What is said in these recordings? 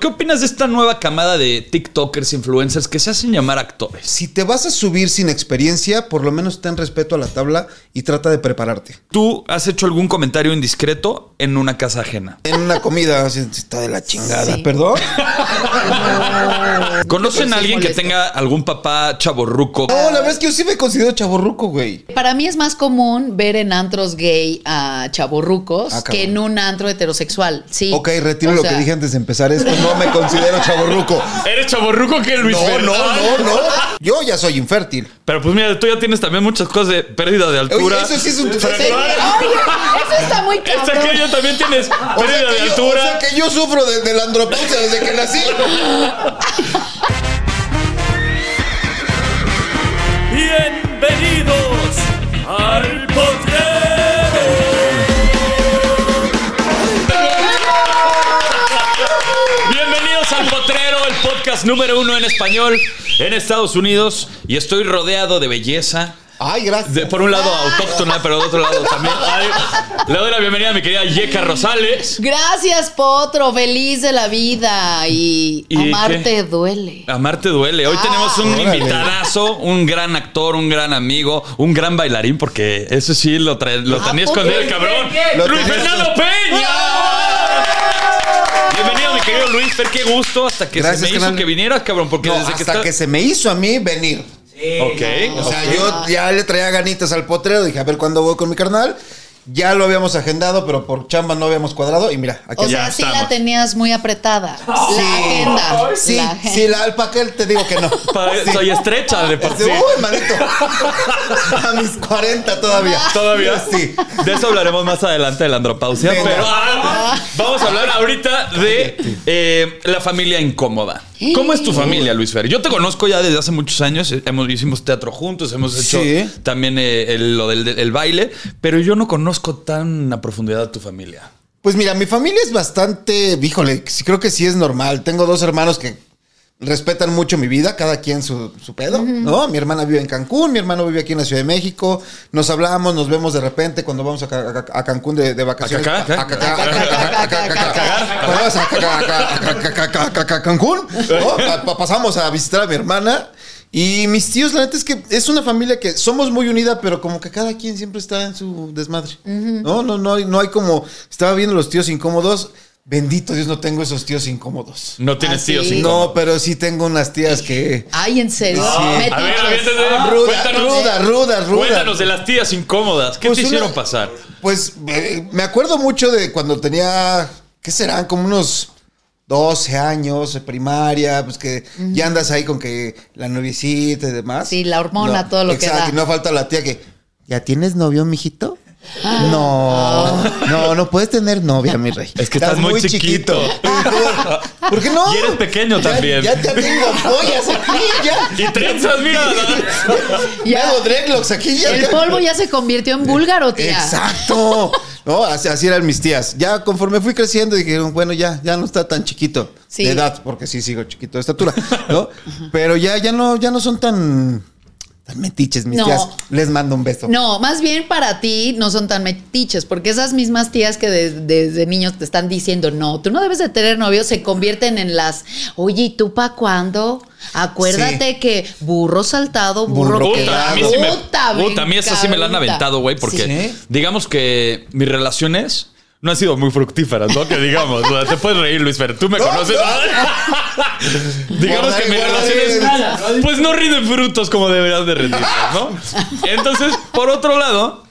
¿Qué opinas de esta nueva camada de TikTokers, influencers que se hacen llamar actores? Si te vas a subir sin experiencia, por lo menos ten respeto a la tabla y trata de prepararte. ¿Tú has hecho algún comentario indiscreto en una casa ajena? En una comida, así, está de la chingada, perdón. ¿Conocen a alguien que tenga algún papá chaborruco? No, la verdad es que yo sí me considero chaborruco, güey. Para mí es más común ver en antros gay a chaborrucos Ah, cabrón. que en un antro heterosexual. Sí. Ok, retiro O lo sea, que dije antes de empezar esto. No me considero chaborruco. Eres chaborruco que Luis No, Fer- no, no, no. Yo ya soy infértil. Pero pues mira, tú ya tienes también muchas cosas de pérdida de Oye, altura. eso sí es un... sí. Oye, eso está muy Esta cabrón. aquella Este también tienes pérdida O sea, de que yo, o altura. sea que yo sufro de, de la andropausia desde que nací. Bienvenidos al potrero. Bienvenidos al Potrero, el podcast número uno en español en Estados Unidos. Y estoy rodeado de belleza. Ay, gracias. De, por un lado autóctona, pero de otro lado también. Ay, le doy la bienvenida a mi querida Yeka Rosales. Gracias, Potro. Feliz de la vida. Y, ¿Y amarte qué? Ah, duele. Amarte duele. Hoy tenemos un Ah, órale. invitadazo, un gran actor, un gran amigo, un gran bailarín, porque eso sí lo, tra- lo Ah, ¿A tenía poco? escondido el cabrón. Lo ¡Ah! ¡Luis tenía Fernando Peña! Bienvenido, mi querido Luis, Fer, qué gusto hasta que Gracias, se me carnal. hizo que vinieras, cabrón, porque No, desde hasta que está... que se me hizo a mí venir. Ok, O sea, ok. yo ya le traía ganitas al potrero. Dije, a ver cuándo voy con mi carnal. Ya lo habíamos agendado, pero por chamba no habíamos cuadrado. Y mira, aquí O está. sea, Ya sí estamos. la tenías muy apretada. La agenda. Sí, la agenda. sí, la alpaca él te digo que no. Pa- Sí. Soy estrecha de por Este, sí. Uy, manito. A mis 40 todavía. Todavía. Sí. De eso hablaremos más adelante de la andropausia. Venga. Pero ah, vamos a hablar ahorita de eh, la familia incómoda. ¿Cómo es tu familia, Luis Fer? Yo te conozco ya desde hace muchos años. eh, Hemos, hicimos teatro juntos, hemos hecho Sí. también eh, el- lo del el baile, pero yo no conozco tan a profundidad a tu familia. Pues mira, mi familia es bastante, híjole, sí, creo que sí es normal. Tengo dos hermanos que respetan mucho mi vida, cada quien su, su pedo, ¿no? Mi hermana vive en Cancún, mi hermano vive aquí en la Ciudad de México, nos hablamos, nos vemos de repente cuando vamos a, Ca- a- a Cancún de, de vacaciones. ¿A cacar? Cuando Pues vamos a Ca- Ca- Ca- Ca- Ca- Ca- Ca- Cancún, ¿no? Pa- pa- pasamos a visitar a mi hermana. Y mis tíos, la neta es que es una familia que somos muy unida, pero como que cada quien siempre está en su desmadre. No, no, no, hay- no hay como. Estaba viendo los tíos incómodos. Bendito Dios, no tengo esos tíos incómodos. No tienes Ah, tíos sí. incómodos. No, pero sí tengo unas tías que. Ay, en serio. Sí. Metiches. A ver, a ver, Ah, Ruda, cuéntanos, ruda, ruda, ruda. cuéntanos de las tías incómodas. ¿Qué Pues te una- hicieron pasar? Pues eh, me acuerdo mucho de cuando tenía, ¿qué serán? Como unos 12 años, de primaria, pues que ya andas ahí con que la noviecita y demás. Sí, la hormona, todo lo que exacto, da. y no falta la tía que, ¿ya tienes novio, mijito? Ah. No, no, no puedes tener novia, mi rey. Es que estás muy chiquito. ¿Por qué no? Y eres pequeño Ya- también. Ya, te tengo pollas aquí, ya. Y trenzas, mira. Me Ya. hago dreadlocks aquí. Ya, El ya. polvo ya se convirtió en búlgaro, tía. Exacto. No, así, así eran mis tías. Ya conforme fui creciendo dijeron, bueno, ya, ya no está tan chiquito Sí. de edad, porque sí sigo chiquito de estatura, ¿no? Pero ya, ya no, ya no son tan, tan metiches mis No. tías. Les mando un beso. No, más bien para ti no son tan metiches, porque esas mismas tías que de- desde niños te están diciendo, no, tú no debes de tener novio, se convierten en las, oye, ¿y tú pa' cuándo? Acuérdate que burro saltado, burro, Burro quedado. Puta, a mí sí me, Puta, puta, a mí esas sí me la han cabrita. aventado, güey, porque Sí. digamos que mis relaciones no han sido muy fructíferas, ¿no? Que digamos, o sea, te puedes reír, Luis Fer, tú me conoces. digamos que mi Guarda, relación es guarda. Pues no rinden frutos como deberían de rendir, ¿no? Entonces, por otro lado,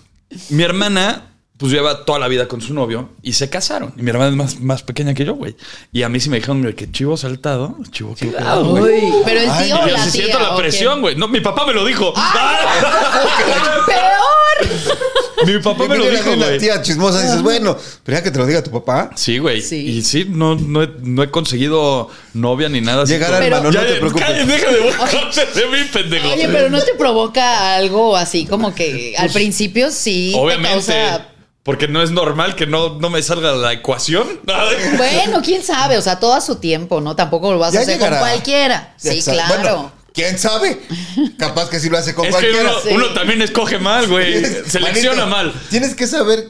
mi hermana pues lleva toda la vida con su novio y se casaron. Y mi hermana es más, más pequeña que yo, güey. Y a mí sí me dijeron güey, que chivo saltado, chivo quitado, güey. Uy, pero el tío o Yo la sí tía. Ah. siento la ¿o qué? presión, güey. No, mi papá me lo dijo. Ah. ¡Peor! Mi papá me lo Mira, dijo, la güey. tía chismosa dices, bueno, pero ya que te lo diga tu papá. Sí, güey. Sí. Y sí, no, no, he, no he conseguido novia ni nada. así Llegar como- al Pero- hermano, no Ya, te ya, preocupes. cállate, deja de burlarte de mí, pendejo. Oye, pero ¿no te provoca algo así como que al principio sí Obviamente. te causa... Porque no es normal que no, no me salga la ecuación. Ah, Bueno, quién sabe, o sea, todo a su tiempo, ¿no? Tampoco lo vas Ya a hacer llegará. con cualquiera. Sí, Exacto. claro. Bueno, ¿Quién sabe? Capaz que sí lo hace con es que cualquiera. uno, Sí. uno también escoge mal, güey. Selecciona mal. Manito, Tienes que saber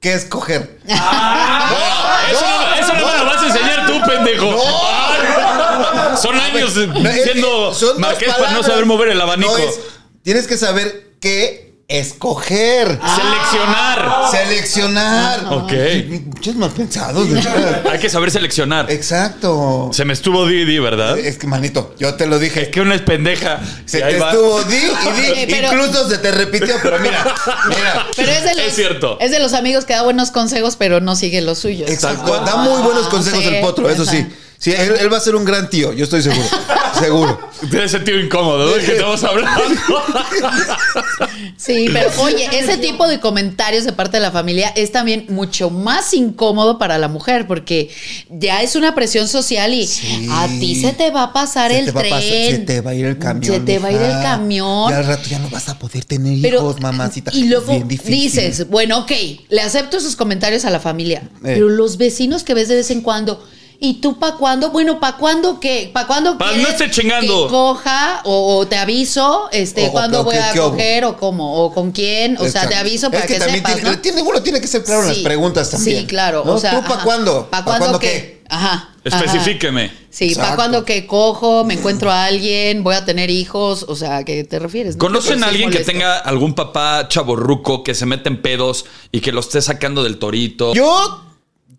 qué escoger. Ah, Eso no, eso no me lo vas a enseñar tú, pendejo. Ah, Son años pues, No, es que siendo son dos marqués para no palabras. saber mover el abanico. No es- tienes que saber qué escoger. Seleccionar. Ah. Seleccionar. Ok. Muchos mal pensados. de verdad. Hay que saber seleccionar. Eh, Exacto. Se me estuvo Didi, ¿verdad? Es que, manito, yo te lo Es dije. que una es pendeja. eh, Se Y ahí te va. estuvo di y di. Oye, pero- Incluso se te repitió, pero mira, mira. Pero es de los, Es cierto. es de los amigos que da buenos consejos, pero no sigue los suyos. Exacto. Ah, Da muy buenos consejos sí, el potro, eso sí. exacto. Sí, él, él va a ser un gran tío, yo estoy seguro. seguro. Tiene sentido incómodo ¿no? ¿De que estamos hablando. Sí, pero oye, ese tipo de comentarios de parte de la familia es también mucho más incómodo para la mujer porque ya es una presión social y Sí. a ti se te va a pasar Se el te va a tren. pasar- se te va a ir el camión. Se te va a ir el mija. camión. Y al rato ya no vas a poder tener Pero, hijos, mamacita. Y Es luego bien difícil. dices, bueno, ok, le acepto sus comentarios a la familia, Eh. pero los vecinos que ves de vez en cuando. ¿Y tú pa' cuándo? Bueno, ¿pa' cuándo qué? ¿Pa' cuándo Pa' no quieres esté chingando. que coja o, o te aviso este, O- o- cuándo o voy qué- a qué hubo? coger o cómo o con quién? O sea, Exacto. te aviso para Es que, también sepas, tiene, ¿no? tiene- uno tiene que ser claro en las Sí. preguntas también. Sí, claro. ¿no? O sea, ¿Tú para ajá. cuándo? ¿Pa' cuándo qué? Ajá. ajá. Especifíqueme. Sí, ¿pa' Exacto. cuándo que cojo? ¿Me encuentro a alguien? ¿Voy a tener hijos? O sea, ¿a qué te refieres? no? Pero ¿Conocen sí a alguien que molesto. tenga algún papá chaborruco que se mete en pedos y que lo esté sacando del torito? Yo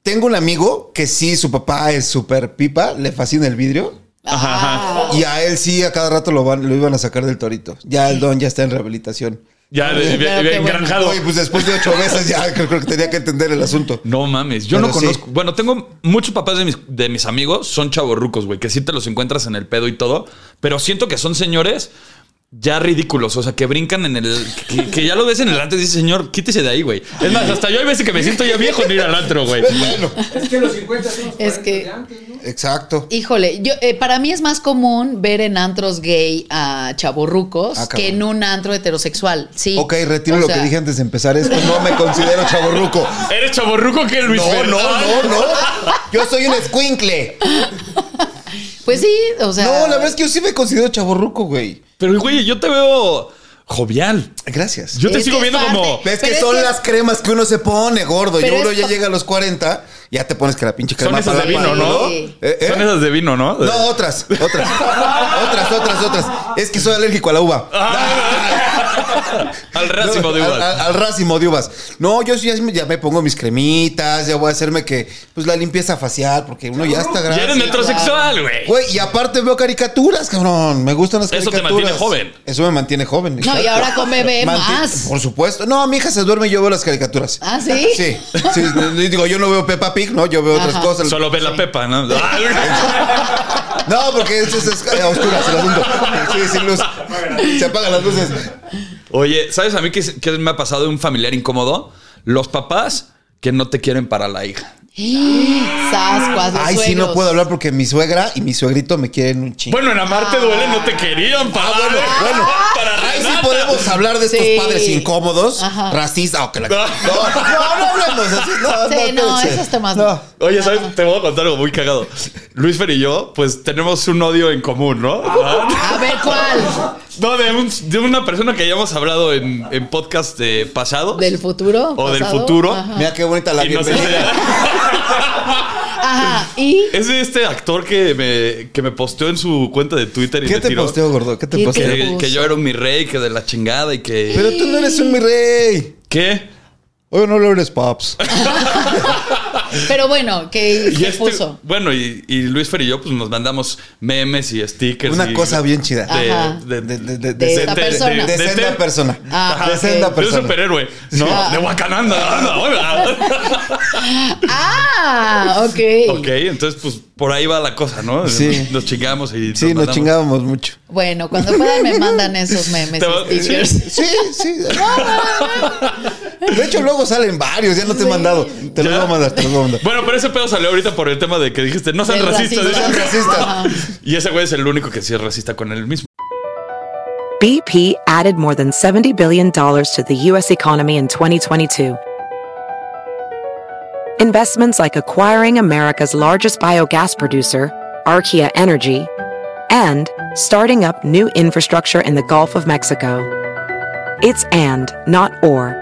tengo un amigo que sí, su papá es súper pipa, le fascina el vidrio. Ah. Y a él sí, a cada rato lo, van, lo iban a sacar del torito. Ya el don ya está en rehabilitación. ya, Pero bien- qué bien bueno. engranjado. Oye, pues después de ocho veces ya creo, creo que tenía que entender el asunto. No mames, yo Pero no sí. conozco. Bueno, tengo muchos papás de mis, de mis amigos, son chavorrucos, güey, que sí te los encuentras en el pedo y todo, pero siento que son señores ya ridículos, o sea, que brincan en el. que, que ya lo ves en el antes y dices, señor, quítese de ahí, güey. Es más, hasta yo hay veces que me siento ya viejo en ir al antro, güey. Bueno, Es que los 50 son los Es 40 que- de antes, ¿no? exacto. Híjole, yo, eh, para mí es más común ver en antros gay a chaborrucos Ah, cabrón. que en un antro heterosexual. Sí. Ok, retiro O lo sea, que dije antes de empezar esto. No me considero chaborruco. ¿Eres chaborruco que Luis No, Fer? no, no, no. Yo soy un escuincle. Pues sí, o sea. No, la verdad es que yo sí me considero chaborruco, güey. Pero, güey, yo te veo jovial. Gracias. Yo te Es sigo que viendo es como. parte. Ves Pero que es son que- las cremas que uno se pone, gordo. Y Pero uno es ya pa- llega a los 40, ya te pones que la pinche Son crema esas de para la vino, mano, ¿no? Sí. ¿Eh, eh? Son esas de vino, ¿no? De- No, otras, otras. otras, otras, otras. Es que soy alérgico a la uva. Ah, Ah, Al racimo de No, uvas. Al, al- al racimo de uvas. No, yo sí ya, me- ya me pongo mis cremitas, ya voy a hacerme que, pues la limpieza facial, porque uno ya está Ya eres grande. metrosexual, güey. Güey, y aparte veo caricaturas, cabrón. Me gustan las Eso te caricaturas. mantiene joven. Eso me mantiene joven. No, y ahora con bebé Manti- más. Por supuesto. No, mi hija se duerme y yo veo las caricaturas. Ah, sí. Sí, sí, sí, digo, yo no veo Peppa Pig, ¿no? Yo veo otras Ajá. cosas. Solo ve la pepa, ¿no? No, porque es, es, es a oscuras el asunto. Sí, sin luz. Se apagan las luces. Oye, ¿sabes a mí qué, qué me ha pasado de un familiar incómodo? Los papás que no te quieren para la hija. Sascuas, los Ay, sí, no suegros. puedo hablar porque mi suegra y mi suegrito me quieren un chingo. Bueno, en Amarte Duele no te querían para. Ah. bueno, bueno. Para Ahí sí Renata. podemos hablar de estos Sí. padres incómodos, Ajá. racistas o que la... No. No, no, no hablemos así. No, Sí, no, esos temas no. Oye, ¿sabes? Te voy a contar algo muy cagado. Luis Fer y yo, pues tenemos un odio en común, ¿no? Ah. A ver cuál. No, de, un- de una persona que ya hemos hablado en, en podcast eh, pasado. ¿Del futuro? O del ¿Pasado? futuro. Ajá. Mira qué bonita la Y nos- bienvenida. Ajá, Y. Es de este actor que me, que me posteó en su cuenta de Twitter y ¿Qué le te tiró posteo, gordo? ¿Qué te ¿Qué te- posteo? Que, que yo era un mi rey, que de la chingada y que. Pero tú no eres un mi rey. ¿Qué? Oye, no le hables paps. Pero bueno, que Y se este- puso. bueno, y, y Luis Fer y yo, pues nos mandamos memes y stickers. Una y- cosa bien chida. de- Ajá. de- De, de, de, De esta de- persona. De, De senda te- persona. Ah, de ok. senda de un persona. superhéroe, ¿no? Ah. De Wakananda. anda, hola. Ah, ok. ok, entonces, pues por ahí va la cosa, ¿no? Sí. Nos chingamos y. Sí, nos mandamos. chingábamos mucho. Bueno, cuando puedan me mandan esos memes Te va- y stickers. Sí, sí. De hecho, luego salen varios. Ya no te he mandado. Te los Ya. voy a mandar, te los voy a mandar. Bueno, pero ese pedo salió ahorita por el tema de que dijiste, no sean Del racistas. racismo. No sean racistas. Ajá. Y ese güey es el único que sí es racista con él mismo. BP added more than $70 billion to the U.S. economy in 2022. Investments like acquiring America's largest biogas producer, Archaea Energy, and starting up new infrastructure in the Gulf of Mexico. It's and, not or.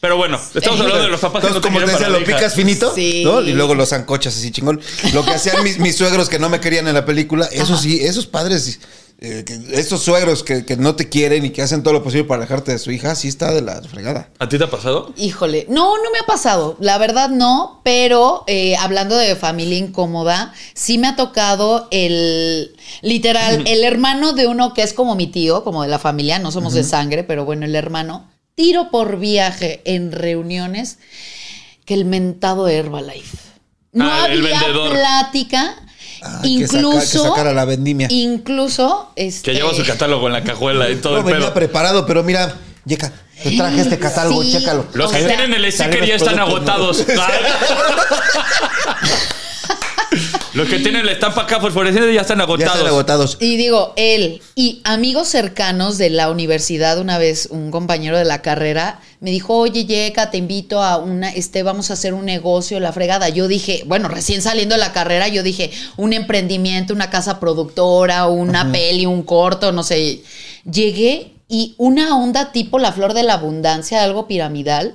Pero bueno, estamos Eh, hablando de los papás Entonces, que no como te te quieren decía, para la lo hija. picas finito, Sí. ¿no? Y luego los zancochas así chingón. Lo que hacían mis, mis suegros que no me querían en la película, eso sí, esos padres, eh, que- esos suegros que, que no te quieren y que hacen todo lo posible para alejarte de su hija, sí está de la fregada. ¿A ti te ha pasado? Híjole, no, no me ha pasado, la verdad no, pero eh, hablando de familia incómoda, sí me ha tocado el, literal, el hermano de uno que es como mi tío, como de la familia, no somos de sangre, pero bueno, el hermano, tiro por viaje en reuniones que el mentado Herbalife. No Ah, el había vendedor. plática, Ah, que saca- incluso... que sacar a la vendimia. Incluso... Este, Que lleva su catálogo en la cajuela y todo No el venía pedo. preparado, pero mira, Yeca, te traje este catálogo, Sí. chécalo. Los O que sea, tienen el sticker salieron ya están productos agotados. los que tienen la estampa acá fosforescente ya están Ya agotados. están agotados. Y digo, él y amigos cercanos de la universidad, una vez un compañero de la carrera me dijo, oye, Yeca, te invito a una, este, vamos a hacer un negocio, la fregada. Yo dije, bueno, recién saliendo de la carrera, yo dije, un emprendimiento, una casa productora, una peli, un corto, no sé. Llegué y una onda tipo la flor de la abundancia, algo piramidal.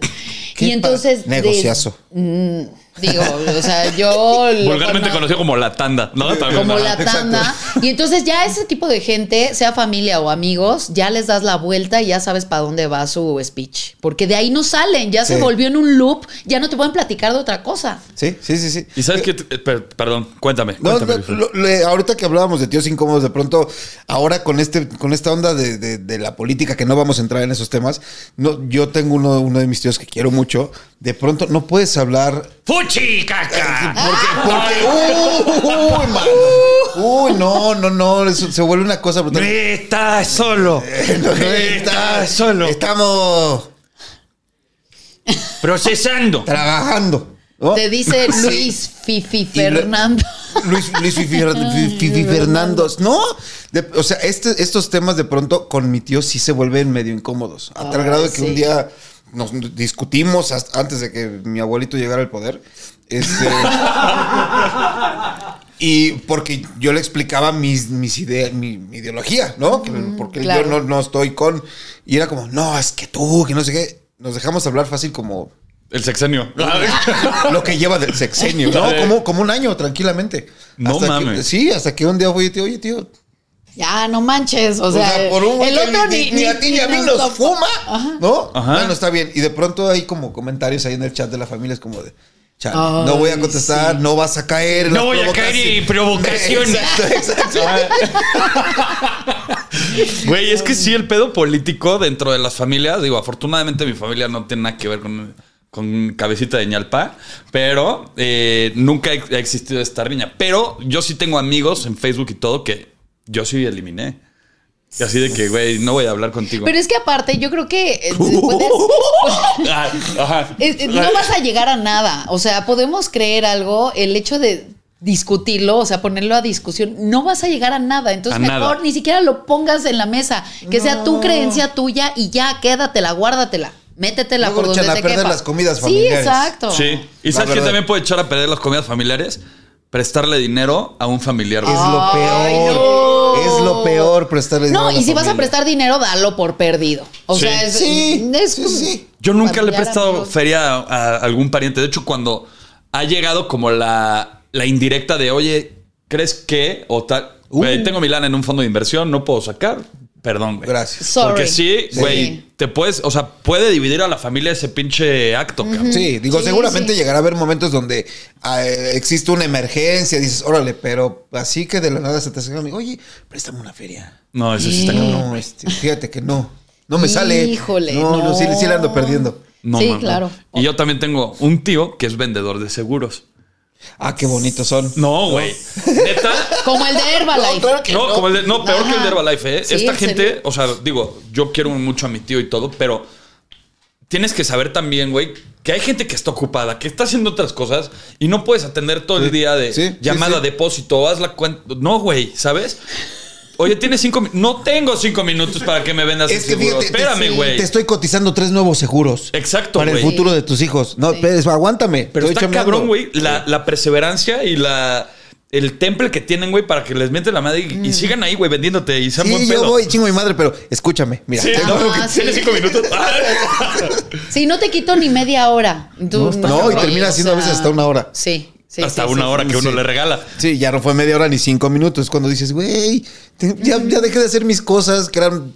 Qué Y entonces... pa- negociazo. des- mm, digo, o sea, yo... lo Vulgarmente cono- conocido como la tanda, ¿no? También, como ajá. la exacto. tanda. Y entonces ya ese tipo de gente, sea familia o amigos, ya les das la vuelta y ya sabes para dónde va su speech. Porque de ahí no salen, ya se Sí. volvió en un loop, ya no te pueden platicar de otra cosa. Sí, sí, sí, sí. Y sabes que, perdón, cuéntame. No, cuéntame, no, Luis Fer. lo- le- ahorita que hablábamos de tíos incómodos, de pronto, ahora con este, con esta onda de, de- de la política, que no vamos a entrar en esos temas, no, yo tengo uno, uno de mis tíos que quiero mucho, de pronto no puedes hablar. Eh, ¡Fuchi, caca! Porque, porque, uy, mano. uy, no, no, no, eso se vuelve una cosa brutal. Eh, Está solo. No, no, Está solo. Estamos Procesando. trabajando. ¿no? Te dice Luis Fifi Y lo- Fernando. Luis, Luis Fifi, Fer- Fifi Fernando. No, de- o sea, este- estos temas de pronto con mi tío sí se vuelven medio incómodos. A tal Ay, grado que sí. un día nos discutimos hasta- antes de que mi abuelito llegara al poder. Este, y porque yo le explicaba mis, mis ideas, mi, mi ideología, ¿no? Que- porque Mm, claro. yo no, no estoy con. Y era como, no, es que tú, que no sé qué. Nos dejamos hablar fácil como El sexenio. Ah, lo que lleva del sexenio, ¿no? Como, como un año, tranquilamente. No Hasta que- mames. sí, hasta que un día fui y te oye, tío. Ya, no manches. O O sea, sea, por un güey el que otro ni, ni, ni a ti ni a mí nos, nos topa. fuma, ¿no? Ajá. Bueno, está bien. Y de pronto hay como comentarios ahí en el chat de la familia, es como de. "Chale, Ay, no voy a contestar, no vas a caer. en No las voy a caer provocaciones". en provocaciones. Exacto, exacto. Güey, es que sí, el pedo político dentro de las familias, digo, afortunadamente mi familia no tiene nada que ver con, con cabecita de ñalpa, pero eh, nunca ha ha existido esta riña. Pero yo sí tengo amigos en Facebook y todo que yo sí eliminé. Y así de que, güey, no voy a hablar contigo. Pero es que aparte, yo creo que eh, puedes- Ah, ajá. Eh, eh, no vas a llegar a nada. O sea, podemos creer algo, el hecho de discutirlo, o sea, ponerlo a discusión, no vas a llegar a nada. Entonces, A mejor nada. ni siquiera lo pongas en la mesa. Que sea tu creencia tuya y ya, quédatela, guárdatela, métetela Luego por donde echan a te perder quepa. las comidas Sí, familiares. exacto. Sí. ¿Y La sabes quién verdad. también puede echar a perder las comidas familiares? Prestarle dinero a un familiar. güey. Es Ah. lo Ay, peor. no. Es lo peor prestarle dinero. No, a la y si vas a familia. prestar dinero, dalo por perdido. O Sí. sea, es, Sí, es- sí, sí. Yo nunca le he familiar, prestado amigo. feria a, a algún pariente. De hecho, cuando ha llegado como la, la indirecta de, oye, ¿crees que? O tal, Uh. güey, tengo mi lana en un fondo de inversión, no puedo sacar. Perdón, güey. Gracias. Sorry. Porque sí, güey, te puedes, o sea, puede dividir a la familia ese pinche acto, cabrón. Sí, digo, Sí, seguramente sí. llegará a haber momentos donde ah, eh, existe una emergencia, dices, órale, pero así que de la nada se te acerca amigo, oye, préstame una feria. No, eso sí está cabrón. No, este, fíjate que no, no me sale. Híjole, No, no, sí, no. sí la ando perdiendo. No, Sí, mames. claro. Y yo también tengo un tío que es vendedor de seguros. Ah, qué bonitos son. No, güey. Neta. Como el de Herbalife. No, como el de- no, peor que el de Herbalife. ¿eh? Sí, Esta en gente, serio. o sea, digo, yo quiero mucho a mi tío y todo, pero tienes que saber también, güey, que hay gente que está ocupada, que está haciendo otras cosas y no puedes atender todo el día de sí, sí, llamada, sí. depósito, haz la cuenta. No, güey, ¿sabes? Oye, tienes cinco minutos. No tengo cinco minutos para que me vendas el Es que seguro. fíjate, Espérame, te, güey. te estoy cotizando tres nuevos seguros. Exacto, Para güey. el futuro de tus hijos. No, pero aguántame. Pero estoy está chambeando. cabrón, güey, la, la perseverancia y la el temple que tienen, güey, para que les mienten la madre y, y sigan ahí, güey, vendiéndote y sean buen Sí, pedo. yo voy, chingo mi madre, pero escúchame, mira. Sí, tengo- no, Ah, que sí. tienes cinco minutos. Sí, no te quito ni media hora. Tú- No, está- no, y termina siendo a veces hasta una hora. Sí. sí, Hasta sí, una sí, hora sí. que uno Sí. le regala. Sí, ya no fue media hora ni cinco minutos. Es cuando dices, güey, te- ya, ya dejé de hacer mis cosas que eran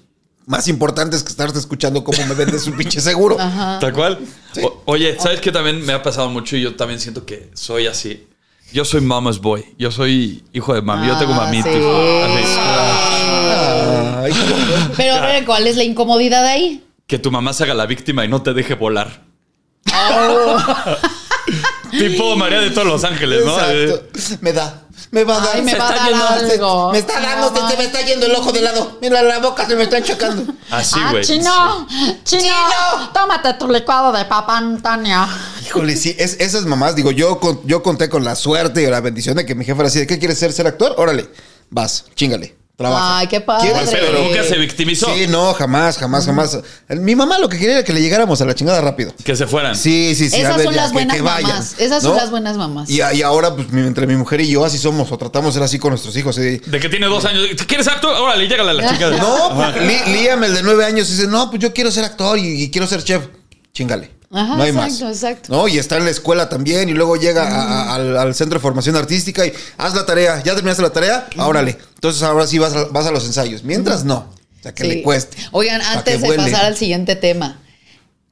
más importantes que estarte escuchando cómo me vendes un pinche seguro. Tal cual. O- oye, ¿sabes qué también me ha pasado mucho? Y yo también siento que soy así. Yo soy mama's boy. Yo soy hijo de mami. yo tengo Ah, mamito. sí. Ay, cabrón. Pero a ver, ¿cuál es la incomodidad ahí? Que tu mamá se haga la víctima y no te deje volar. Oh. tipo María de todos los ángeles, ¿no? eh. Exacto. Me da. Me va a dar. Ay, me se va a está dar yendo, algo. se- me está Me dando, va a se, se me dar. está yendo el ojo de lado. Mira la boca, se me está chocando. Así, ah, güey. chino, chino, tómate tu licuado de papá Antonio. Híjole, sí, es- esas mamás, digo, yo, con- yo conté con la suerte y la bendición de que mi jefa era así de, ¿qué quieres ser? ¿Ser actor? Órale, vas, chingale, trabaja. Ay, qué padre. ¿Quieres Pero ser- nunca se victimizó. Sí, no, jamás, jamás, jamás. Mi mamá lo que quería era que le llegáramos a la chingada rápido. Que se fueran. Sí, sí, sí. Esas a ver, son ya, las que- buenas que vayan, mamás, esas son ¿no? las buenas mamás. Y, a- y ahora, pues, mi- entre mi mujer y yo así somos, o tratamos de ser así con nuestros hijos. y- De que tiene dos años. ¿Quieres acto? Órale, llégale a la chica. No, pues, Li- Liam, el de nueve años, dice, no, pues yo quiero ser actor y, y quiero ser chef. Chingale. Ajá, no hay exacto, más. exacto. No, y está en la escuela también y luego llega a- a- al, al centro de formación artística y haz la tarea. ¿Ya terminaste la tarea? Ah, Órale. Entonces ahora sí vas a, vas a los ensayos. Mientras no. O sea, que Sí. le cueste. Oigan, Para antes que de vuele. pasar al siguiente tema,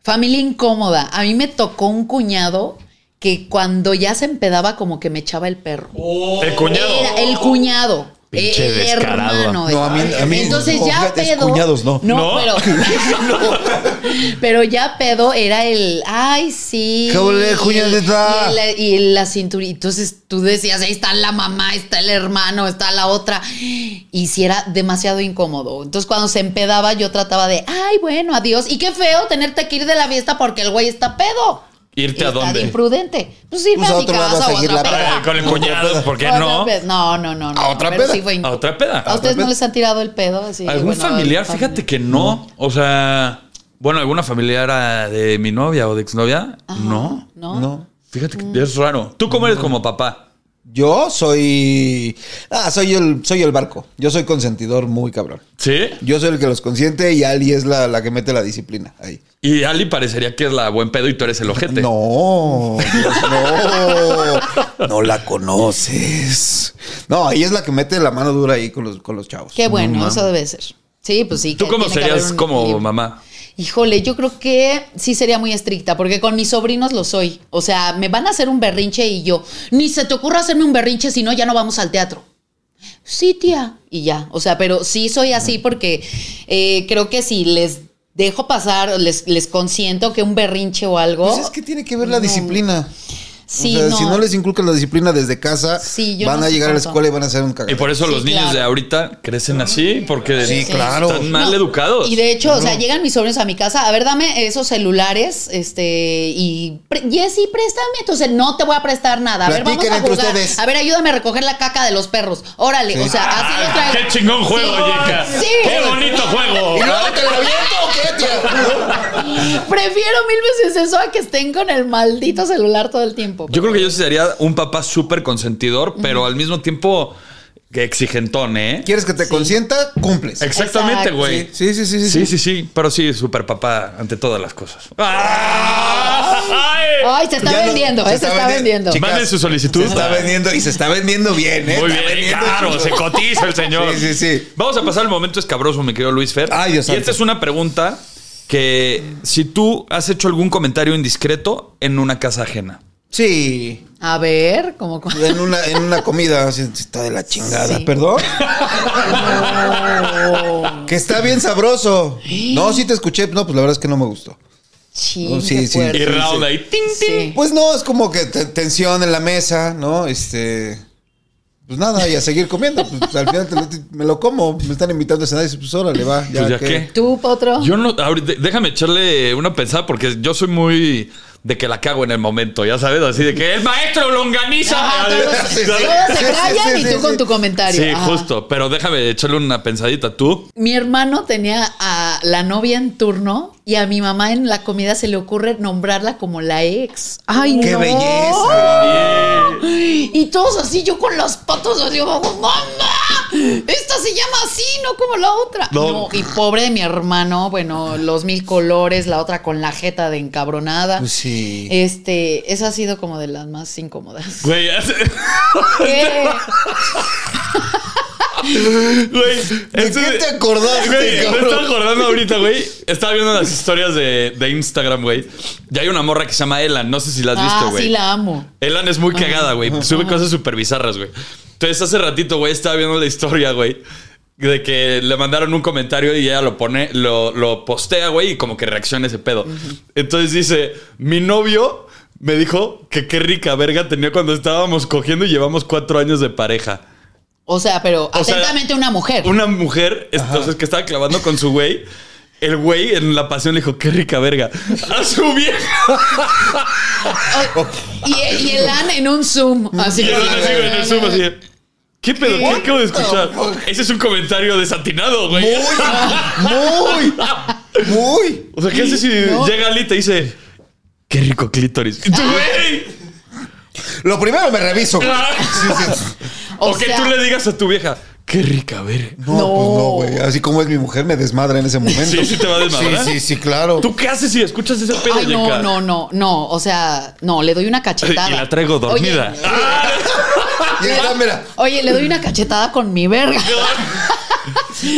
familia incómoda. A mí me tocó un cuñado que cuando ya se empedaba como que me echaba el perro. El cuñado. Era el cuñado. Eh, Pinche el descarado. hermano de- No, a mí- a mí- Entonces no, ya fíjate, es pedo. cuñados, no. No, No. pero. Pero ya pedo era el. Ay, sí. ¿Qué ole, y el- cuñadita? Y, el- y la cinturita. Entonces tú decías, ahí está la mamá, está el hermano, está la otra. Y si era demasiado incómodo. Entonces cuando se empedaba, yo trataba de. Ay, bueno, adiós. Y qué feo tenerte que ir de la fiesta porque el güey está pedo. ¿Irte a Está dónde? de imprudente. Pues irme Pues a, a mi otro lado a casa o a seguir otra la peda. Eh, Con el cuñado, ¿por qué ¿A otra no? vez? No, no, no, no. ¿A otra pero peda? sí fue A incómodo. otra peda. Ah, ¿A ustedes no les han tirado el pedo? Así, ¿Algún bueno, familiar? el fam- Fíjate que no. O sea, bueno, alguna familiar ah, de mi novia o de exnovia. Ajá. No. No. Mm. No. Fíjate que es raro. ¿Tú cómo eres como papá? Yo soy. Ah, soy el, soy el barco. Yo soy consentidor muy cabrón. ¿Sí? Yo soy el que los consiente y Ali es la, la que mete la disciplina. Ahí. Y Ali parecería que es la buen pedo y tú eres el ojete. No, Dios, no, no la conoces. No, ella es la que mete la mano dura ahí con los, con los chavos. Qué bueno, eso debe ser. Sí, pues sí. ¿Tú que cómo tiene que haber serías un como equilibrio. mamá? Híjole, yo creo que sí sería muy estricta, porque con mis sobrinos lo soy. O sea, me van a hacer un berrinche y yo, ni se te ocurra hacerme un berrinche, si no, ya no vamos al teatro. Sí, tía. Y ya. O sea, pero sí soy así porque eh, creo que si les dejo pasar, les, les consiento que un berrinche o algo. Pues es que tiene que ver la disciplina. Sí, Pues O sea, no. Si no les inculcan la disciplina desde casa, Sí, yo van no a llegar a la soporto. escuela y van a ser un cagado. Y por eso Sí, los niños claro. de ahorita crecen así, porque Sí, claro. están mal No, educados. Y de hecho, o sea, llegan mis sobrinos a mi casa, a ver, dame esos celulares, este, y pre- Jessy, préstame. Entonces, no te voy a prestar nada. A ver, vamos Platiquen a entre jugar. ustedes. A ver, ayúdame a recoger la caca de los perros. Órale, o sea, así lo Ah, traen. ¡Qué chingón juego, Sí. Yeka! Sí. ¡Qué bonito juego! ¿Y luego te lo aviento o qué, tía? Prefiero mil veces eso a que estén con el maldito celular todo el tiempo. Yo creo que yo sí sería un papá súper consentidor, pero al mismo tiempo que exigentón, ¿eh? ¿Quieres que te consienta? Cumples. Exactamente, Exacto. güey. Sí, sí, sí, sí. Sí, sí, sí, pero sí, súper papá ante todas las cosas. ¡Ay! Ay, se está Ya no- vendiendo, se eh, se está está vendiendo. vendiendo. Chicas, Manden su solicitud. Se está vendiendo y se está vendiendo bien, ¿eh? Muy Está bien, vendiendo claro, chido. se cotiza el señor. Sí, sí, sí. Vamos a pasar al momento escabroso, mi querido Luis Fer. Ay, Dios y santo. esta es una pregunta que si tú has hecho algún comentario indiscreto en una casa ajena. Sí. A ver, como cu- En una, en una comida, así, está de la chingada. Sí. ¿Perdón? que está bien sabroso. No, sí te escuché. No, pues la verdad es que no me gustó. Chin, Oh, Sí, qué sí. fuerte. Y Raúl ahí, ting, ting. Sí. Pues no, es como que te- tensión en la mesa, ¿no? Este. Pues nada, y a seguir comiendo. Pues, al final te lo- te- me lo como. Me están invitando a cenar y dices, pues órale, va. Ya, Pues, ya que- qué. Tú, Potro. Yo no, ahorita, déjame echarle una pensada porque yo soy muy de que la cago en el momento, ya sabes, así de que el maestro longaniza. Ajá, Ah, todos, Sí, sí. todos Sí, se sí, callan sí, y tú sí, con sí. tu comentario. Sí, Ajá. justo, pero déjame echarle una pensadita tú. Mi hermano tenía a la novia en turno y a mi mamá en la comida se le ocurre nombrarla como la ex. Ay, ¡Qué no. belleza! Y todos así, yo con los patos así, mamá, esta se llama así, no como la otra. No. y pobre de mi hermano, bueno, los mil colores, la otra con la jeta de encabronada. Pues Eh, sí. Este, esa ha sido como de las más incómodas. Güey, hace- ¿Qué? güey, ¿De esto es- qué te acordaste, Güey, me cabrón? estaba acordando ahorita, güey. Estaba viendo las historias de, de Instagram, güey. Y hay una morra que se llama Elan. No sé si la has Ah, visto, güey. sí, la amo. Elan es muy cagada, güey. Sube cosas súper bizarras, güey. Entonces, hace ratito, güey, estaba viendo la historia, güey. De que le mandaron un comentario y ella lo pone, lo, lo postea, güey, y como que reacciona ese pedo. Entonces dice: Mi novio me dijo que qué rica verga tenía cuando estábamos cogiendo y llevamos cuatro años de pareja. O sea, pero O sea, atentamente una mujer. Una mujer, entonces, que estaba clavando con su güey. El güey en la pasión le dijo, qué rica verga. A su vieja. O- y, y el An en un Zoom. Así Y yo le sigo en el Zoom así. de, ¿Qué pedo? ¿Qué acabo de escuchar? Ese es un comentario desatinado, güey. ¡Muy! ¡Muy! ¡Muy! O sea, ¿qué haces si llega Ali y te dice, qué rico clítoris? Ah. Y tú, güey. Lo primero me reviso. güey. O O, que sea- tú le digas a tu vieja, qué rica verga. No, pues no, güey. Así como es mi mujer, me desmadra en ese momento. Sí, sí te va a desmadrar. Sí, sí, sí, claro. ¿Tú qué haces si escuchas ese pedo, Ay, no, Yeka? no, no, no. O sea, no, le doy una cachetada. Y la traigo Oye, dormida. Ah, Y está, mira. Oye, le doy una cachetada con mi verga.